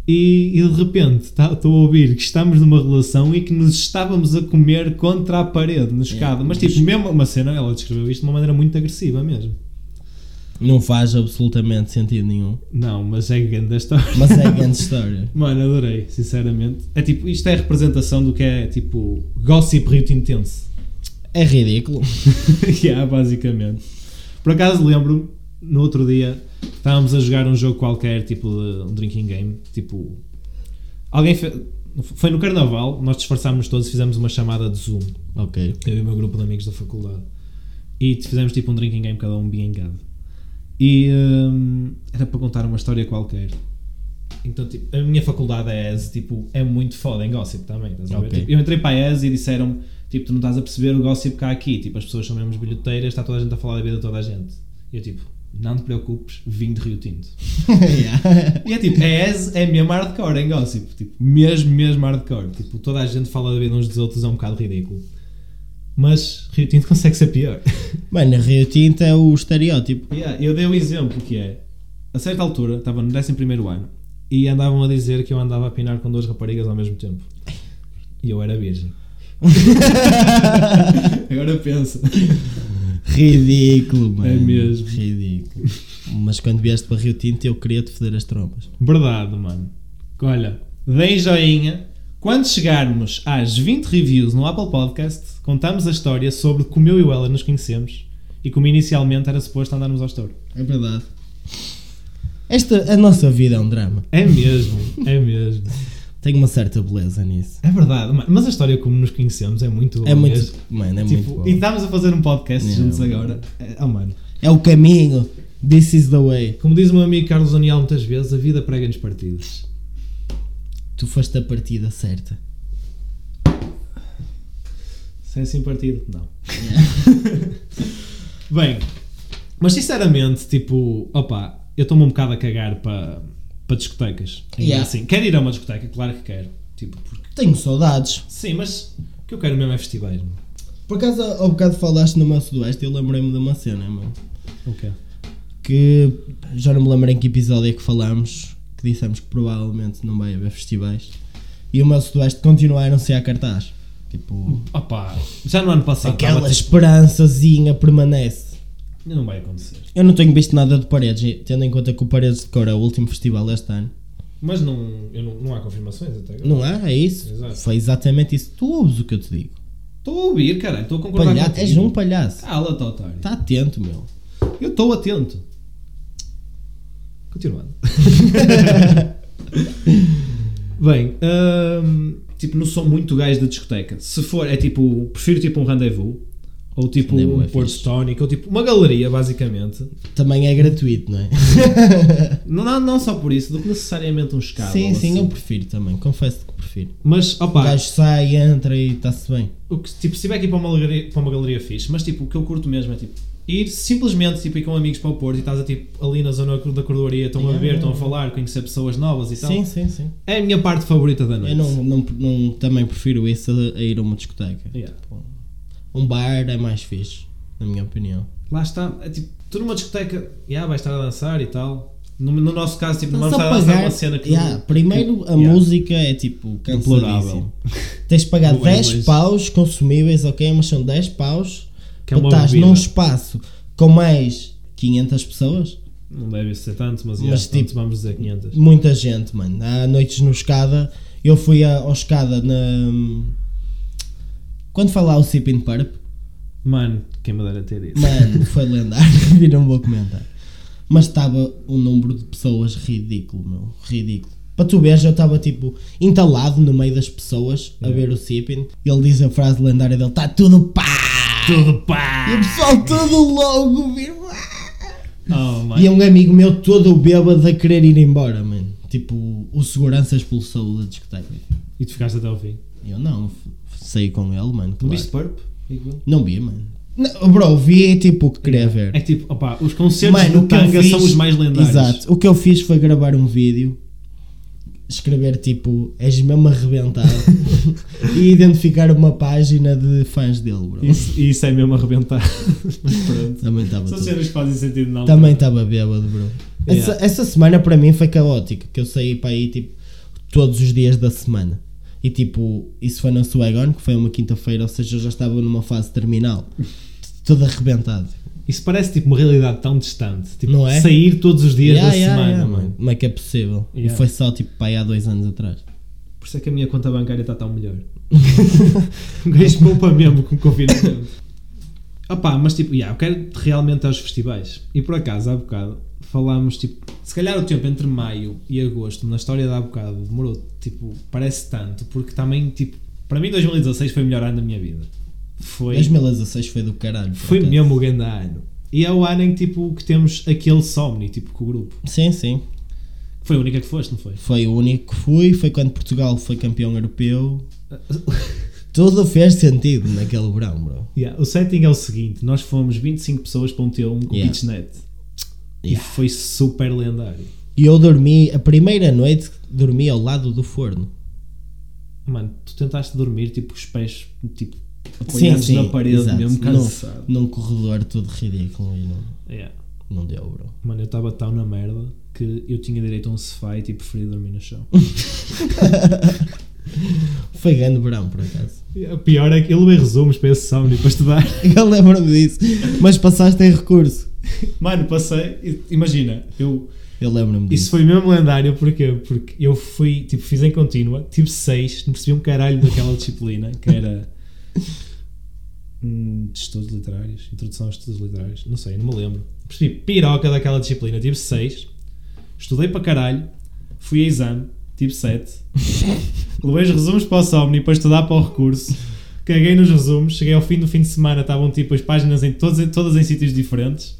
A: E, e de repente tá, estou a ouvir que estamos numa relação e que nos estávamos a comer contra a parede,
B: É,
A: no escada. Mas tipo, mesmo uma cena, ela descreveu isto de uma maneira muito agressiva mesmo.
B: Não faz absolutamente sentido nenhum.
A: Não, mas é grande a história.
B: Mas é grande história.
A: Mano, adorei, sinceramente. É tipo, isto é a representação do que é tipo gossip rio intenso.
B: É ridículo.
A: yeah, basicamente. Por acaso lembro-me, no outro dia, estávamos a jogar um jogo qualquer, tipo de, um drinking game, tipo. Alguém fe- foi no carnaval, nós disfarçámos todos e fizemos uma chamada de Zoom.
B: Ok.
A: Eu e o meu grupo de amigos da faculdade. E fizemos tipo um drinking game, cada um biengado. E hum, era para contar uma história qualquer. Então, tipo, a minha faculdade é ES, tipo, é muito foda em gossip também, estás a ver?
B: Ok.
A: Tipo, eu entrei para a ES e disseram tipo, tu não estás a perceber o gossip cá aqui, tipo, as pessoas são mesmo bilheteiras, está toda a gente a falar da vida de toda a gente. E eu, tipo, não te preocupes, vim de Rio Tinto.
B: Yeah.
A: E é tipo, é, es- é mesmo hardcore em gossip. Tipo, mesmo, mesmo hardcore. Tipo, toda a gente fala da vida uns dos outros, é um bocado ridículo. Mas Rio Tinto consegue ser pior.
B: Mano, Rio Tinto é o estereótipo.
A: Yeah, eu dei o exemplo que é, a certa altura, estava no 11 ano, e andavam a dizer que eu andava a pinar com duas raparigas ao mesmo tempo. E eu era virgem. Agora pensa.
B: Ridículo, mano.
A: É mesmo.
B: Ridículo. Mas quando vieste para Rio Tinto, eu queria te foder as trombas.
A: Verdade, mano. Olha, deem joinha. Quando chegarmos às 20 reviews no Apple Podcast, contamos a história sobre como eu e o Ela nos conhecemos e como inicialmente era suposto andarmos ao estouro.
B: É verdade. Esta, a nossa vida é um drama.
A: É mesmo, é mesmo.
B: Tem uma certa beleza nisso.
A: É verdade, mano. mas a história como nos conhecemos é muito boa
B: É muito.
A: mesmo.
B: Mano, é
A: Tipo,
B: muito
A: e
B: bom.
A: estamos a fazer um podcast
B: Não,
A: juntos
B: mano.
A: agora. É- Oh, mano.
B: É o caminho. This is the way.
A: Como diz o meu amigo Carlos Daniel muitas vezes, a vida prega-nos partidas.
B: Tu foste a partida certa.
A: Sem sim partido, não. Bem, mas sinceramente, tipo, opa, eu estou-me um bocado a cagar para para discotecas. Ainda
B: Yeah.
A: Assim, quero ir a uma discoteca, claro que quero. Tipo, porque...
B: Tenho saudades.
A: Sim, mas o que eu quero mesmo é festivais. mano.
B: Por acaso, ao bocado falaste no meu sudoeste, eu lembrei-me de uma cena, mano.
A: O quê?
B: Que já não me lembro em que episódio é que falámos, que dissemos que provavelmente não vai haver festivais. E o meu sudoeste continua a anunciar cartaz.
A: Hum,
B: Tipo,
A: Opa, já no ano passado.
B: aquela
A: tava, tipo,
B: esperançazinha permanece.
A: Não vai acontecer.
B: Eu não tenho visto nada de paredes, e tendo em conta que o Paredes de Cor é o último festival este ano.
A: Mas não, eu não, não há confirmações até agora.
B: Não é? É isso?
A: Exato.
B: Foi exatamente isso. Tu ouves o que eu te digo.
A: Estou a ouvir, caralho, estou a concordar
B: Palhaço,
A: contigo.
B: és um palhaço.
A: Cala, tá otário.
B: Está atento, meu.
A: Eu estou atento. Continuando. Bem, hum, tipo, não sou muito gajo de discoteca. Se for, é tipo, prefiro tipo um rendezvous. Ou tipo
B: Rendezvous é
A: um Porto
B: fixe.
A: Tónico, ou tipo uma galeria, basicamente.
B: Também é gratuito, não é?
A: Não, não, não só por isso, do que necessariamente um escada.
B: sim,
A: ou
B: sim,
A: assim.
B: eu prefiro também. Confesso que prefiro.
A: Mas,
B: O
A: opa,
B: gajo sai, entra e está-se bem.
A: o que, tipo, se tiver que ir para uma, galeria, para uma galeria fixe, mas tipo, o que eu curto mesmo é tipo, ir simplesmente tipo, ir com amigos para o Porto e estás a, tipo, ali na zona da cordoaria, estão a
B: Yeah,
A: beber, estão a
B: yeah.
A: falar, conhecer pessoas novas e tal.
B: Sim, sim, sim.
A: É a minha parte favorita da noite.
B: Eu não, não, não- também prefiro isso a, a ir a uma discoteca.
A: Yeah.
B: Um bar é mais fixe, na minha opinião.
A: Lá está, é, tipo, tu numa discoteca, yeah, vais estar a dançar e tal. No, no nosso caso, tipo, não vamos
B: Só
A: estar a dançar
B: pagar-
A: uma cena que.
B: Yeah, primeiro a
A: yeah.
B: música é tipo canceladíssima.
A: Deplorável.
B: Tens de pagar
A: Não é
B: 10
A: inglês.
B: paus consumíveis, ok? Mas são 10 paus
A: Que é
B: para
A: uma
B: estás
A: bebida.
B: num espaço com mais 500 pessoas.
A: Não deve ser tanto, mas,
B: Mas,
A: mas
B: tipo,
A: vamos dizer 500.
B: Muita gente, mano. Há noites no escada. Eu fui a- ao escada na. Quando falar o Sipping Purp,
A: Mano, quem me dera ter isso.
B: mano, foi lendário. e não vou comentar. Mas estava um número de pessoas ridículo, meu. Ridículo. Para tu veres, eu estava tipo entalado no meio das pessoas a ver o Sipping. Ele diz a frase lendária dele: Está tudo pá!
A: Tudo pá!
B: E o pessoal todo logo viu.
A: Oh, mano.
B: E é um amigo meu todo bêbado a querer ir embora, mano. Tipo, o segurança expulsou da discoteca.
A: E tu ficaste até ao fim.
B: Eu não, f- saí com ele, mano.
A: Não
B: claro.
A: viste Purp? Igual.
B: Não vi, mano. Não, bro, vi tipo o que queria ver.
A: É tipo, opá, os concertos do
B: eu
A: Tanga
B: fiz-
A: são os mais lendários.
B: Exato. O que eu fiz foi gravar um vídeo, escrever tipo, és mesmo arrebentado e identificar uma página de fãs dele, bro.
A: Isso, isso é mesmo arrebentar. Mas pronto.
B: Também estava
A: São
B: tudo
A: cenas que fazem sentido na
B: Também estava bêbado, bro.
A: Yeah.
B: Essa, essa semana para mim foi caótica, que eu saí para aí tipo todos os dias da semana. E tipo, isso foi na Swagon, que foi uma quinta-feira, ou seja, eu já estava numa fase terminal, todo arrebentado.
A: Isso parece tipo uma realidade tão distante. Tipo,
B: Não é?
A: sair todos os dias
B: Yeah,
A: da
B: yeah,
A: semana,
B: yeah,
A: mano.
B: Como é que é possível? E
A: Yeah.
B: foi só tipo para aí há dois anos atrás.
A: Por isso é que a minha conta bancária está tão melhor. um gajo poupa mesmo com o confinamento. Opá, mas tipo, yeah, eu quero realmente aos festivais. E por acaso, há bocado, falámos tipo, se calhar o tempo entre maio e agosto, na história da há bocado, demorou, tipo, parece tanto, porque também, tipo, para mim 2016 foi o melhor ano da minha vida. Foi.
B: 2016 foi do caralho. por
A: Foi
B: acaso.
A: mesmo o grande ano. E é o ano em tipo, que temos aquele somni, tipo, com o grupo.
B: Sim, sim.
A: Foi a única que foste, não foi?
B: Foi o único que fui, foi quando Portugal foi campeão europeu. Tudo fez sentido naquele verão, bro.
A: Yeah, O setting é o seguinte: nós fomos 25 pessoas para um T1 com o
B: Yeah.
A: Beachnet. E
B: Yeah.
A: foi super lendário.
B: E eu dormi, a primeira noite, dormi ao lado do forno.
A: Mano, tu tentaste dormir tipo com os pés tipo, apoiados na parede
B: exato.
A: mesmo,
B: Num-
A: cansado.
B: Num, corredor todo ridículo e não,
A: Yeah.
B: não deu, bro.
A: Mano, eu estava tão na merda que eu tinha direito a um sofá e tipo, preferia dormir no chão.
B: Foi grande verão, por acaso.
A: E a pior é que ele lê resumos para esse sound e para estudar.
B: Eu lembro-me disso, mas passaste em recurso.
C: Mano, passei, i- imagina, eu.
B: Eu lembro-me
A: Isso
B: disso.
A: foi mesmo lendário, porquê? Porque eu fui, tipo, fiz em contínua, tive 6, não percebi um caralho daquela disciplina, que era hum, de estudos literários, introdução a estudos literários, não sei, não me lembro. Percebi piroca daquela disciplina, tive 6, estudei para caralho, fui a exame, tive 7, levei os resumos para o Somni para estudar para o recurso, caguei nos resumos, cheguei ao fim do fim de semana, estavam tipo as páginas em todas, todas em sítios diferentes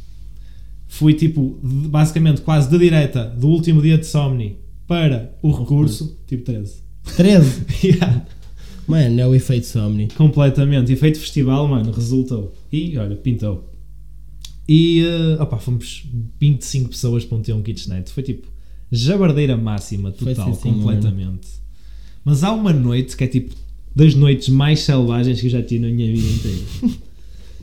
A: fui tipo, de- basicamente quase de direta do último dia de Somni para o recurso, tipo 13.
B: 13.
A: Yeah,
B: Mano, é o efeito Somni.
A: Completamente. Efeito festival, mano, resultou. E olha, pintou. E eh, opá, fomos 25 pessoas para um ter um kitchenette. Foi tipo jabardeira máxima,
B: Foi
A: total,
B: sim, senhor.
A: completamente. Mas há uma noite que é tipo das noites mais selvagens que eu já tive na minha vida inteira.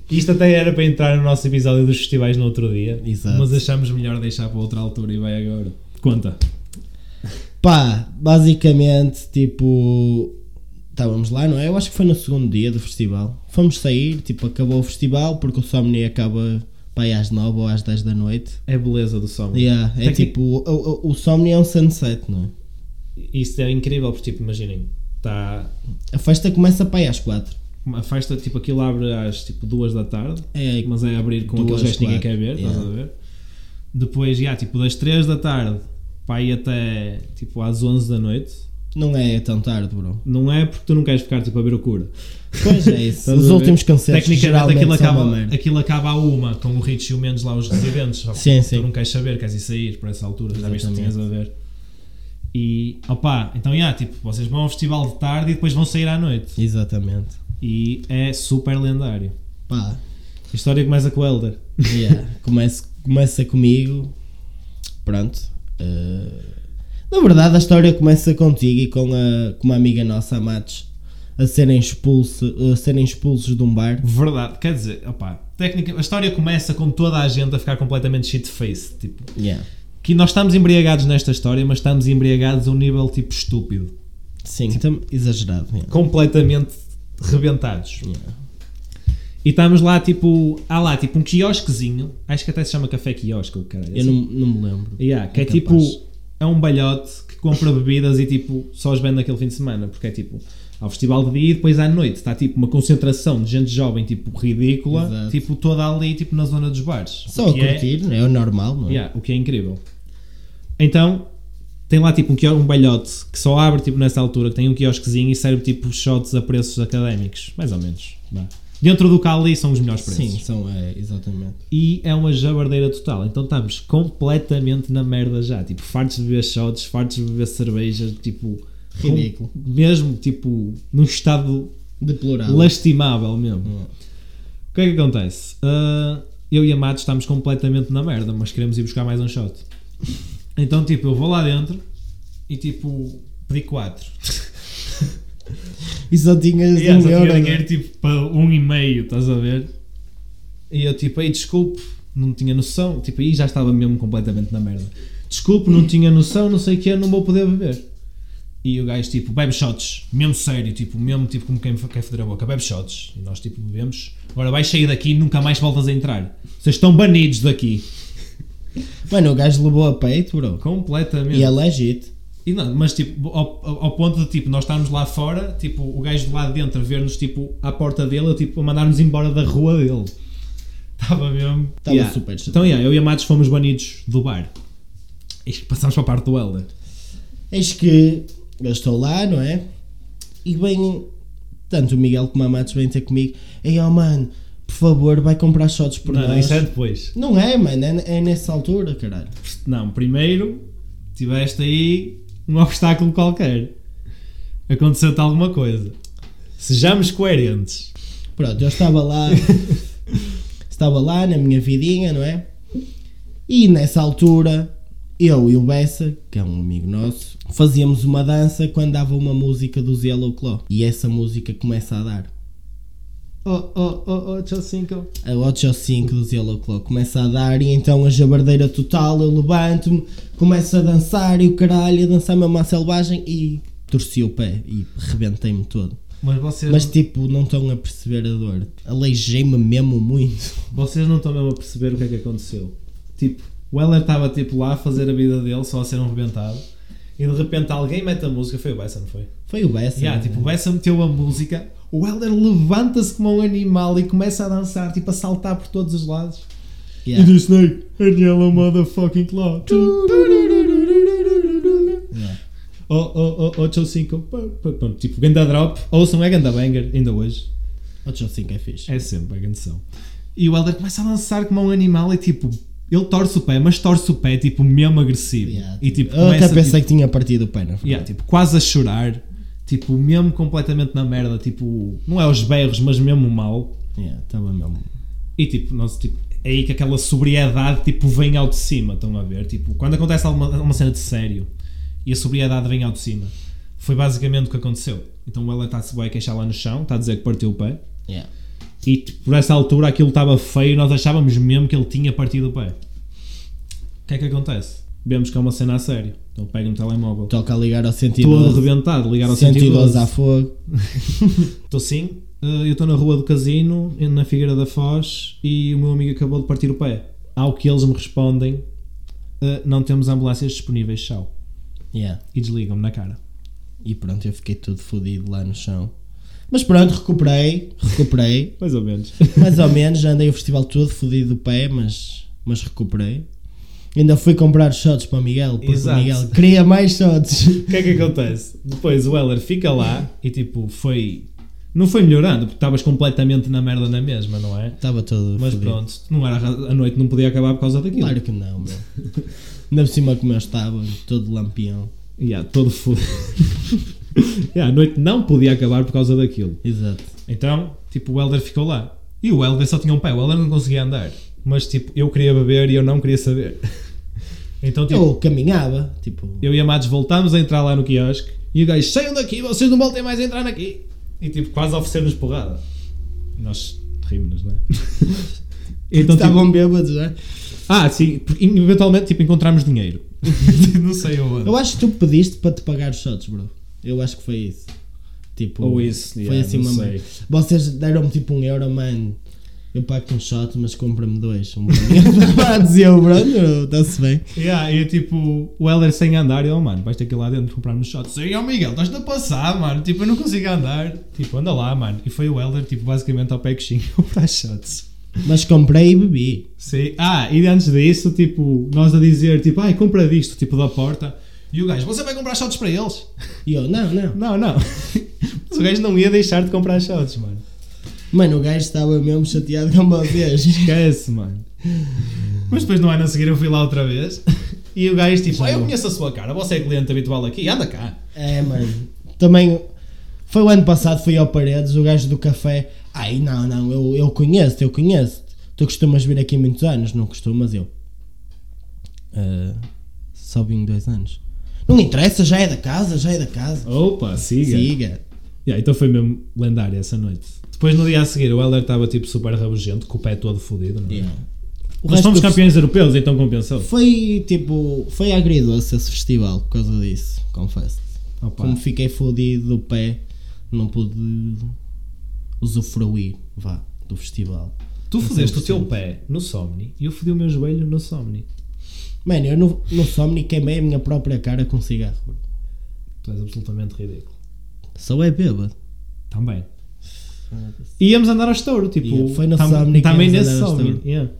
A: Isto até era para entrar no nosso episódio dos festivais no outro dia,
B: Exato.
A: mas achamos melhor deixar para outra altura e vai agora. Conta.
B: Pá, basicamente, tipo. Estávamos lá, não é? Eu acho que foi no segundo dia do festival. Fomos sair, tipo, acabou o festival, porque o Somni acaba pá, aí às 9 ou às 10 da noite.
A: É a beleza do som.
B: Yeah, é
A: Tem que-
B: tipo, o, o, o Somni é um sunset, não é?
A: Isso é incrível, porque tipo, imaginem, tá está
B: A festa começa pá, aí às 4.
A: Uma festa, tipo, aquilo abre às tipo, duas da tarde,
B: É,
A: mas é abrir com aquele
B: duas,
A: gesto que ninguém quer
B: quatro,
A: ver, estás
B: yeah.
A: a ver? Depois, já, tipo, das três da tarde para ir até tipo, às 11 da noite.
B: não é tão tarde, bro.
A: Não é porque tu não queres ficar tipo, a ver o cura.
B: Pois é isso.
A: Estás a
B: Os
A: ver?
B: últimos concertos
A: Tecnicamente
B: geralmente
A: aquilo
B: são uma
A: acaba,
B: merda.
A: aquilo acaba a uma, com o Rich e o Mendes lá, os residentes. só que
B: Sim,
A: Tu
B: sim.
A: não queres saber, queres ir sair por essa altura, já viste que
B: Exatamente.
A: tinhas a ver. E, opá, então, já, tipo, vocês vão ao festival de tarde e depois vão sair à noite.
B: Exatamente.
A: E é super lendário.
B: Pá,
A: A história começa com o Elder.
B: Yeah, começa, começa comigo. Pronto. eh, na verdade, a história começa contigo e com, a, com uma amiga nossa, a Matos, a serem, expulso, a serem expulsos de um bar.
A: Verdade, quer dizer, opá, técnica, a história começa com toda a gente a ficar completamente shit-faced, tipo,
B: Yeah.
A: que nós estamos embriagados nesta história, mas estamos embriagados a um nível, tipo, estúpido,
B: Sim, tam- exagerado. yeah.
A: completamente rebentados.
B: Yeah.
A: E estamos lá, tipo, há lá, tipo, um quiosquezinho, acho que até se chama café quiosque, o caralho, assim.
B: Eu não, não me lembro.
A: Yeah, que é,
B: É
A: tipo,
B: capaz.
A: é um balhote que compra bebidas e tipo, só os vende naquele fim de semana, porque é tipo, ao festival de dia e depois à noite está tipo uma concentração de gente jovem, tipo, ridícula,
B: Exato.
A: tipo, toda ali, tipo, na zona dos bares.
B: Só
A: O
B: a
A: que é-
B: curtir, é, o normal, não é?
A: yeah, o que é incrível. Então, tem lá tipo um, quio- um balhote que só abre tipo nessa altura, que tem um quiosquezinho e serve tipo shots a preços académicos, mais ou menos. vá. Dentro do Cali são os melhores preços
B: Sim, são, é, exatamente.
A: e é uma jabardeira total. Então estamos completamente na merda já. Tipo, fartos de beber shots, fartos de beber cerveja, tipo.
B: Ridículo.
A: com- mesmo, tipo, num estado
B: Deplorável.
A: lastimável mesmo.
B: Yeah.
A: O que é que acontece? Ah, eu e a Matos estamos completamente na merda, mas queremos ir buscar mais um shot. Então, tipo, eu vou lá dentro e, tipo, pedi quatro.
B: E só tinhas
A: Yeah,
B: um
A: só
B: euro.
A: tinha
B: não é?
A: dinheiro tipo para um e meio, estás a ver? E eu tipo, ei, desculpe, não tinha noção. Tipo, aí já estava mesmo completamente na merda. Desculpe, não tinha noção, não sei o que, é, não vou poder beber. E o gajo tipo, bebe shots, mesmo sério, tipo, mesmo tipo como quem quer foder a boca, bebe shots. E nós tipo, bebemos. Agora vais sair daqui e nunca mais voltas a entrar. Vocês estão banidos daqui.
B: Mano, o gajo levou a peito, bro.
A: Completamente.
B: E é legit.
A: E não, mas tipo, ao, ao- ao ponto de tipo, nós estarmos lá fora, tipo, o gajo de lá de dentro a ver-nos tipo, à porta dele, tipo, a mandar-nos embora da rua dele. Estava mesmo.
B: Estava super chateado.
A: Então, yeah, eu e a Matos fomos banidos do bar. E passámos para a parte do Helder.
B: Eis que eu estou lá, não é? E vem tanto o Miguel como a Matos vêm ter comigo. Ei, oh mano, por favor, vai comprar shots por
A: Não,
B: nós.
A: isso é depois.
B: Não é, mano, é, é nessa altura, caralho.
A: Não, primeiro tiveste aí um obstáculo qualquer. Aconteceu-te alguma coisa. Sejamos coerentes.
B: Pronto, eu estava lá, estava lá na minha vidinha, não é? E nessa altura, eu e o Bessa, que é um amigo nosso, fazíamos uma dança quando dava uma música dos Yellow Claw. E essa música começa a dar.
A: Oh, oh, oh, oh, tchau, cinco.
B: a Watch 5 dos Yellow Claw começa a dar e então a jabardeira total, eu levanto-me, começo a dançar e o caralho, a dançar mesmo à selvagem e torci o pé e rebentei-me todo.
A: Mas vocês,
B: Mas tipo, não estão a perceber a dor. Aleijei-me mesmo muito.
A: vocês não estão mesmo a perceber o que é que aconteceu. Tipo, o Heller estava tipo lá a fazer a vida dele, só a ser um rebentado. E de repente alguém mete a música, foi o Bessa, não foi?
B: Foi o né? Bessa.
A: Yeah, tipo, o Bessa meteu a música, o Heller levanta-se como um animal e começa a dançar, tipo a saltar por todos os lados.
B: Yeah.
A: do Snake, and Yellow Motherfucking Claw.
B: Yeah.
A: Oh, oh, oh, oh, Joe Cinco. Pum, pum, pum. Tipo, ganda drop. Ouçam, é ganda banger, ainda hoje.
B: O John 5 é fixe.
A: É sempre a grande som. E o Elder começa a dançar como um animal e tipo, ele torce o pé, mas torce o pé tipo mesmo agressivo.
B: Yeah,
A: e tipo,
B: eu até
A: começa, tipo,
B: pensei que tinha partido o pé, na verdade.
A: yeah, tipo, quase a chorar. Tipo, mesmo completamente na merda. Tipo, não é aos berros, mas mesmo mal.
B: Yeah, estava mesmo.
A: E tipo, nós, tipo, é aí que aquela sobriedade tipo, vem ao de cima, estão a ver? Tipo, quando acontece alguma, alguma cena de sério e a sobriedade vem ao de cima, foi basicamente o que aconteceu. Então ela está-se bem a queixar lá no chão, está a dizer que partiu o pé.
B: Yeah.
A: E tipo, por essa altura aquilo estava feio e nós achávamos mesmo que ele tinha partido o pé. O que é que acontece? Vemos que é uma cena a sério. Então pega no telemóvel.
B: Toca a ligar ao
A: Estou
B: 112.
A: arrebentado, ligar ao
B: 112 a
A: 112.
B: fogo.
A: Estou sim, eh, eu estou na rua do casino, na Figueira da Foz, e o meu amigo acabou de partir o pé. Ao que eles me respondem, eh, não temos ambulâncias disponíveis, tchau.
B: Yeah.
A: E desligam-me na cara.
B: E pronto, eu fiquei todo fodido lá no chão. Mas pronto, recuperei. Recuperei.
A: Mais ou menos.
B: Mais ou menos, já andei o festival todo, fodido do pé, mas, mas recuperei. Ainda fui comprar shots para o Miguel, porque
A: Exato.
B: o Miguel queria mais shots.
A: O que é que acontece? Depois o Heller fica lá e tipo, foi. Não foi melhorando, porque estavas completamente na merda na mesma, não é?
B: Estava todo
A: Mas
B: fodido.
A: pronto, não era, a noite não podia acabar por causa daquilo.
B: Claro que não, meu. Ainda por cima como eu estava, todo lampião.
A: Yeah, todo fudido. yeah, a noite não podia acabar por causa daquilo.
B: Exato.
A: Então, tipo, o Helder ficou lá. E o Helder só tinha um pé, o Helder não conseguia andar. Mas, tipo, eu queria beber e eu não queria saber. Então, tipo,
B: Eu caminhava, tipo...
A: eu e a Matos voltámos a entrar lá no quiosque e o gajo, saiam daqui, vocês não voltem mais a entrar aqui. E, tipo, quase a oferecer-nos porrada. Nós rimos-nos, não é? então, tipo,
B: Estavam bêbados, não é?
A: ah, sim, porque eventualmente, tipo, encontramos dinheiro. não sei aonde.
B: Eu acho que tu pediste para te pagar os shots, bro. Eu acho que foi isso. Tipo,
A: Ou isso,
B: foi
A: yeah,
B: assim
A: não
B: uma
A: sei.
B: merda. Vocês deram-me tipo um euro, mano. Eu pago-te um shot, mas compra-me dois. Um para dizer, Bruno, está-se bem.
A: Yeah, e tipo, o Heller sem andar, eu, mano, vais ter que ir lá dentro comprar-me uns shots. E eu, Miguel, estás-te a passar, mano, tipo, eu não consigo andar. Tipo, anda lá, mano. E foi o Heller, tipo, basicamente ao pé coxinho comprar shots.
B: Mas comprei e bebi.
A: Sim. Ah, e antes disso, tipo, nós a dizer, tipo, ai, compra disto, tipo, da porta. E o gajo, você vai comprar shots para eles?
B: E eu, não, não.
A: Não, não. Mas o gajo não ia deixar de comprar shots, mano.
B: Mano, o gajo estava mesmo chateado com vocês.
A: Esquece, mano. Mas depois no ano a seguir eu fui lá outra vez. E o gajo, tipo, ah, eu conheço a sua cara, você é cliente habitual aqui, anda cá.
B: É, mano. Também, foi o ano passado, fui ao Paredes, o gajo do café. Ai, não, não, eu, eu conheço-te, eu conheço-te. Tu costumas vir aqui há muitos anos, não costumas eu. "Ah, só vim dois anos. Não interessa, já é da casa, já é da casa.
A: Opa, siga.
B: Siga.
A: Yeah, então foi mesmo lendária essa noite. Depois no dia a seguir o Heller estava tipo super rabugento, com o pé todo fodido, não é?
B: Yeah. O
A: Nós
B: resto
A: fomos
B: do-
A: campeões europeus, então compensou.
B: Foi tipo, foi agridoce esse festival por causa disso, confesso.
A: Opa.
B: Como fiquei fodido do pé, não pude usufruir, vá, do festival.
A: Tu fodeste o teu pé no Somni e eu fodi o meu joelho no Somni.
B: Mano, eu no, no Somni queimei a minha própria cara com um cigarro. bro.
A: Tu és absolutamente ridículo.
B: Só é bêbado.
A: Também. E íamos andar ao estouro, tipo.
B: Yeah, foi no Somni que
A: Também
B: íamos
A: nesse
B: andar ao
A: Somni.
B: estouro.
A: yeah.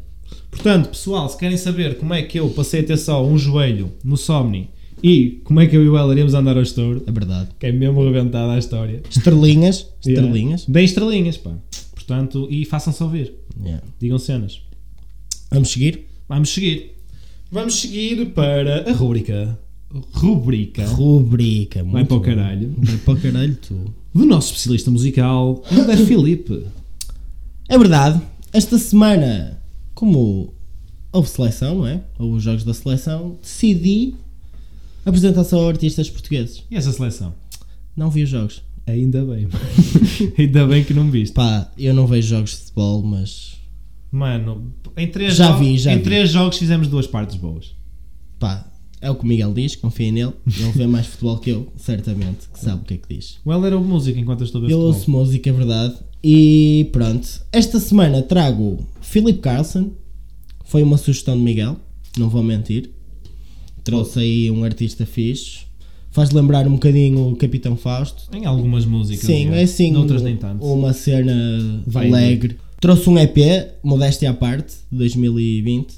A: Portanto, pessoal, se querem saber como é que eu passei a ter só um joelho no Somni e como é que eu e o Heller íamos andar ao estouro,
B: É verdade.
A: que é mesmo arrebentada a história.
B: Estrelinhas,
A: Yeah.
B: estrelinhas.
A: Deem estrelinhas, pá. Portanto, e façam-se ouvir.
B: Yeah.
A: Digam cenas.
B: Vamos seguir?
A: Vamos seguir. Vamos seguir para a rúbrica. Rubrica.
B: Rubrica.
A: Vai
B: muito
A: para o
B: bom.
A: caralho.
B: Vai para o caralho tu.
A: Do nosso especialista musical, André Filipe.
B: É verdade, esta semana, como houve seleção, não é? Houve os jogos da seleção, decidi apresentar só artistas portugueses.
A: E essa seleção?
B: Não vi os jogos.
A: Ainda bem, mano. Ainda bem que não me viste.
B: Pá, eu não vejo jogos de futebol, mas
A: Mano, em três,
B: Já
A: jogos,
B: vi, já
A: em
B: vi.
A: três jogos fizemos duas partes boas.
B: pá, É o que o Miguel diz, confia nele. Ele vê mais futebol que eu, certamente, que sabe o que é que diz.
A: O Helder ouve música enquanto eu estou a ver
B: Eu
A: futebol.
B: ouço música, é verdade. E pronto. Esta semana trago Philip Carlson. Foi uma sugestão de Miguel, não vou mentir. Trouxe aí um artista fixe. Faz lembrar um bocadinho o Capitão Fausto.
A: Em algumas músicas.
B: Sim, é assim.
A: Noutras nem tanto.
B: Uma cena
A: Vai,
B: alegre. Trouxe um EP, modéstia à parte, de 2020.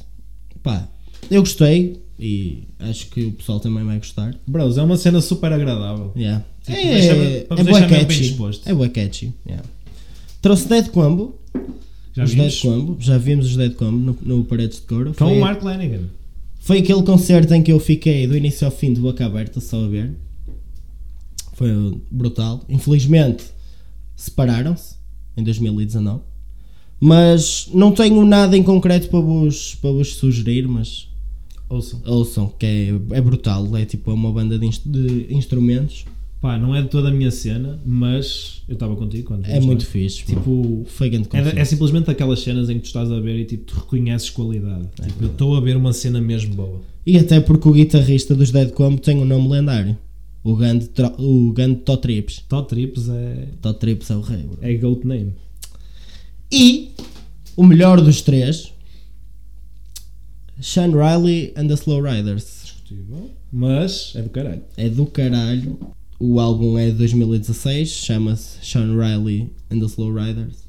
B: Pá, eu gostei e acho que o pessoal também vai gostar.
A: Bros, é uma cena super agradável.
B: Yeah.
A: Tipo,
B: é,
A: deixa-
B: é,
A: vamos
B: é bué
A: deixar mesmo bem
B: catchy.
A: disposto.
B: É bué catchy, yeah. Trouxe Dead Combo.
A: Já
B: os Dead
A: vimos? Então,
B: Combo. Já vimos os Dead Combo no, no Paredes de Couro.
A: Com
B: Foi,
A: o Mark Lanigan.
B: foi aquele concerto em que eu fiquei do início ao fim de boca aberta só a ver. Foi brutal. Infelizmente separaram-se em 2019. Mas não tenho nada em concreto para vos, para vos sugerir, mas
A: Ouçam.
B: ouçam, que é, é brutal. É tipo uma banda de, inst- de instrumentos.
A: Pá, não é de toda a minha cena, mas eu estava contigo quando
B: É
A: vimos,
B: muito
A: não
B: fixe. mano.
A: Tipo,
B: Foi grande
A: é, da-
B: concerto.
A: é simplesmente aquelas cenas em que tu estás a ver e tipo, tu reconheces qualidade. tipo, eu estou a ver uma cena mesmo boa.
B: E até porque o guitarrista dos Dead Combo tem um nome lendário. O grande, tro- o grande Tó Trips.
A: Todd Trips é,
B: Tó Trips é o rei, bro.
A: é Goat Name.
B: E o melhor dos três, Sean Riley and the Slow Riders.
A: Mas é do caralho.
B: É do caralho. O álbum é de 2016, chama-se Sean Riley and the Slow Riders.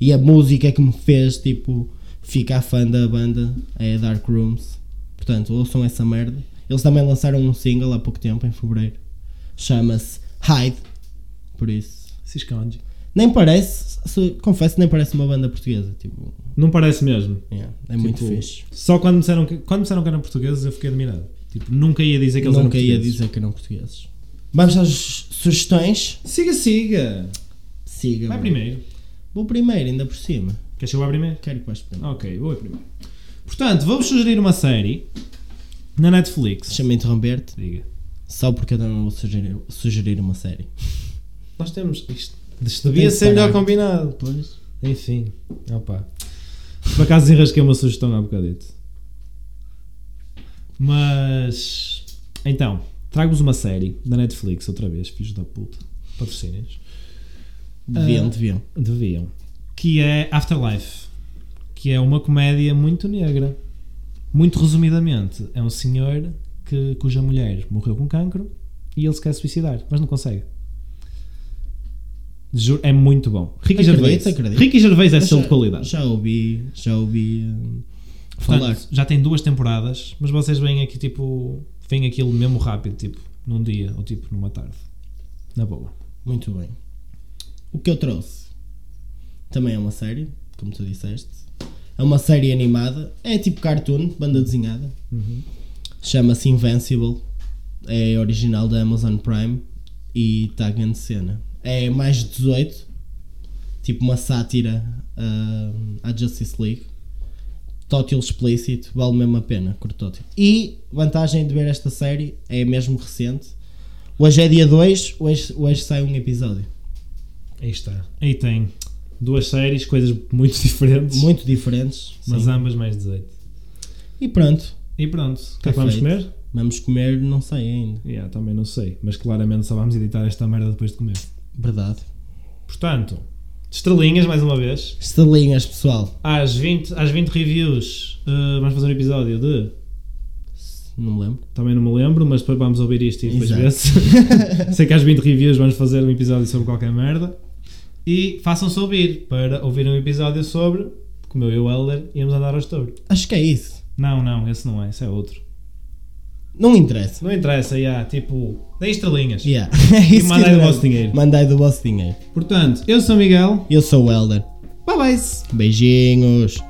B: E a música que me fez, tipo, ficar fã da banda é a Dark Rooms. Portanto, ouçam essa merda. Eles também lançaram um single há pouco tempo, em fevereiro. Chama-se Hide. Por isso.
A: Se esconde.
B: Nem parece, se- confesso, nem parece uma banda portuguesa. Tipo,
A: Não parece mesmo.
B: yeah, é muito
A: Tipo,
B: fixe.
A: Só quando me disseram que, quando me disseram que eram portugueses eu fiquei admirado. Tipo, nunca ia dizer que eles
B: Nunca
A: eram
B: ia
A: portugueses.
B: dizer que eram portugueses. Vamos às sugestões.
A: Siga, siga.
B: Siga.
A: Vai
B: mano.
A: primeiro.
B: Vou primeiro, ainda por cima.
A: Queres que eu vá primeiro?
B: Quero que vais primeiro.
A: Ok, vou eu primeiro. Portanto, vou-vos sugerir uma série na Netflix.
B: Deixa-me interromper-te,
A: Diga.
B: só porque eu também vou sugerir, sugerir uma série.
A: Nós temos isto. isto
B: Tem
A: devia
B: que
A: ser melhor
B: parar.
A: combinado.
B: Pois.
A: Enfim. Opa. Por acaso enrasquei uma sugestão há bocadito. Mas. Então, trago-vos uma série da Netflix outra vez, filhos da puta. Patrocínios.
B: Deviam,
A: Ah.
B: deviam.
A: Deviam. Que é Afterlife. Que é uma comédia muito negra. Muito resumidamente, é um senhor que, cuja mulher morreu com cancro e ele se quer suicidar, mas não consegue. Juro, é muito bom. Ricky
B: Acredito,
A: Gervais.
B: acredito.
A: Ricky Gervais é
B: Mas
A: selo de
B: já-
A: qualidade.
B: Já ouvi, já ouvi hum, falar.
A: Portanto, já tem duas temporadas, mas vocês veem aqui tipo. Vêm aquilo mesmo rápido, tipo, num dia ou tipo numa tarde. Na boa.
B: Muito bem. O que eu trouxe também é uma série, como tu disseste. É uma série animada, é tipo cartoon, banda desenhada. Chama-se Invincible, é original da Amazon Prime e está grande cena. É mais 18, tipo uma sátira ah, à Justice League. Tótil explícito, vale mesmo a pena, curto tótil. E vantagem de ver esta série é mesmo recente. Hoje é dia 2, hoje, hoje sai um episódio.
A: Aí está. Aí tem duas séries, coisas muito diferentes.
B: Muito diferentes.
A: Mas
B: sim.
A: ambas mais 18.
B: E pronto,
A: E pronto, o que é que vamos
B: Perfeito.
A: comer?
B: vamos comer, não sei ainda.
A: Yeah, também não sei, mas claramente só vamos editar esta merda depois de comer.
B: Verdade.
A: Portanto, estrelinhas mais uma vez.
B: Estrelinhas, pessoal.
A: Às 20, às 20 reviews, uh, vamos fazer um episódio de.
B: Não me lembro.
A: Também não me lembro, mas depois vamos ouvir isto e depois
B: Exato.
A: ver se. sei que às 20 reviews vamos fazer um episódio sobre qualquer merda. E façam-se ouvir para ouvir um episódio sobre. Como eu e o Helder íamos andar ao estouro.
B: Acho que é isso.
A: Não, não, esse não é, esse é outro.
B: Não interessa.
A: Não interessa, yeah, tipo, 10 estrelinhas.
B: Yeah. É isso que
A: mandai do
B: interessa.
A: vosso dinheiro.
B: Mandai do vosso dinheiro.
A: Portanto, eu sou o Miguel.
B: Eu sou o Helder.
A: Bye bye!
B: Beijinhos.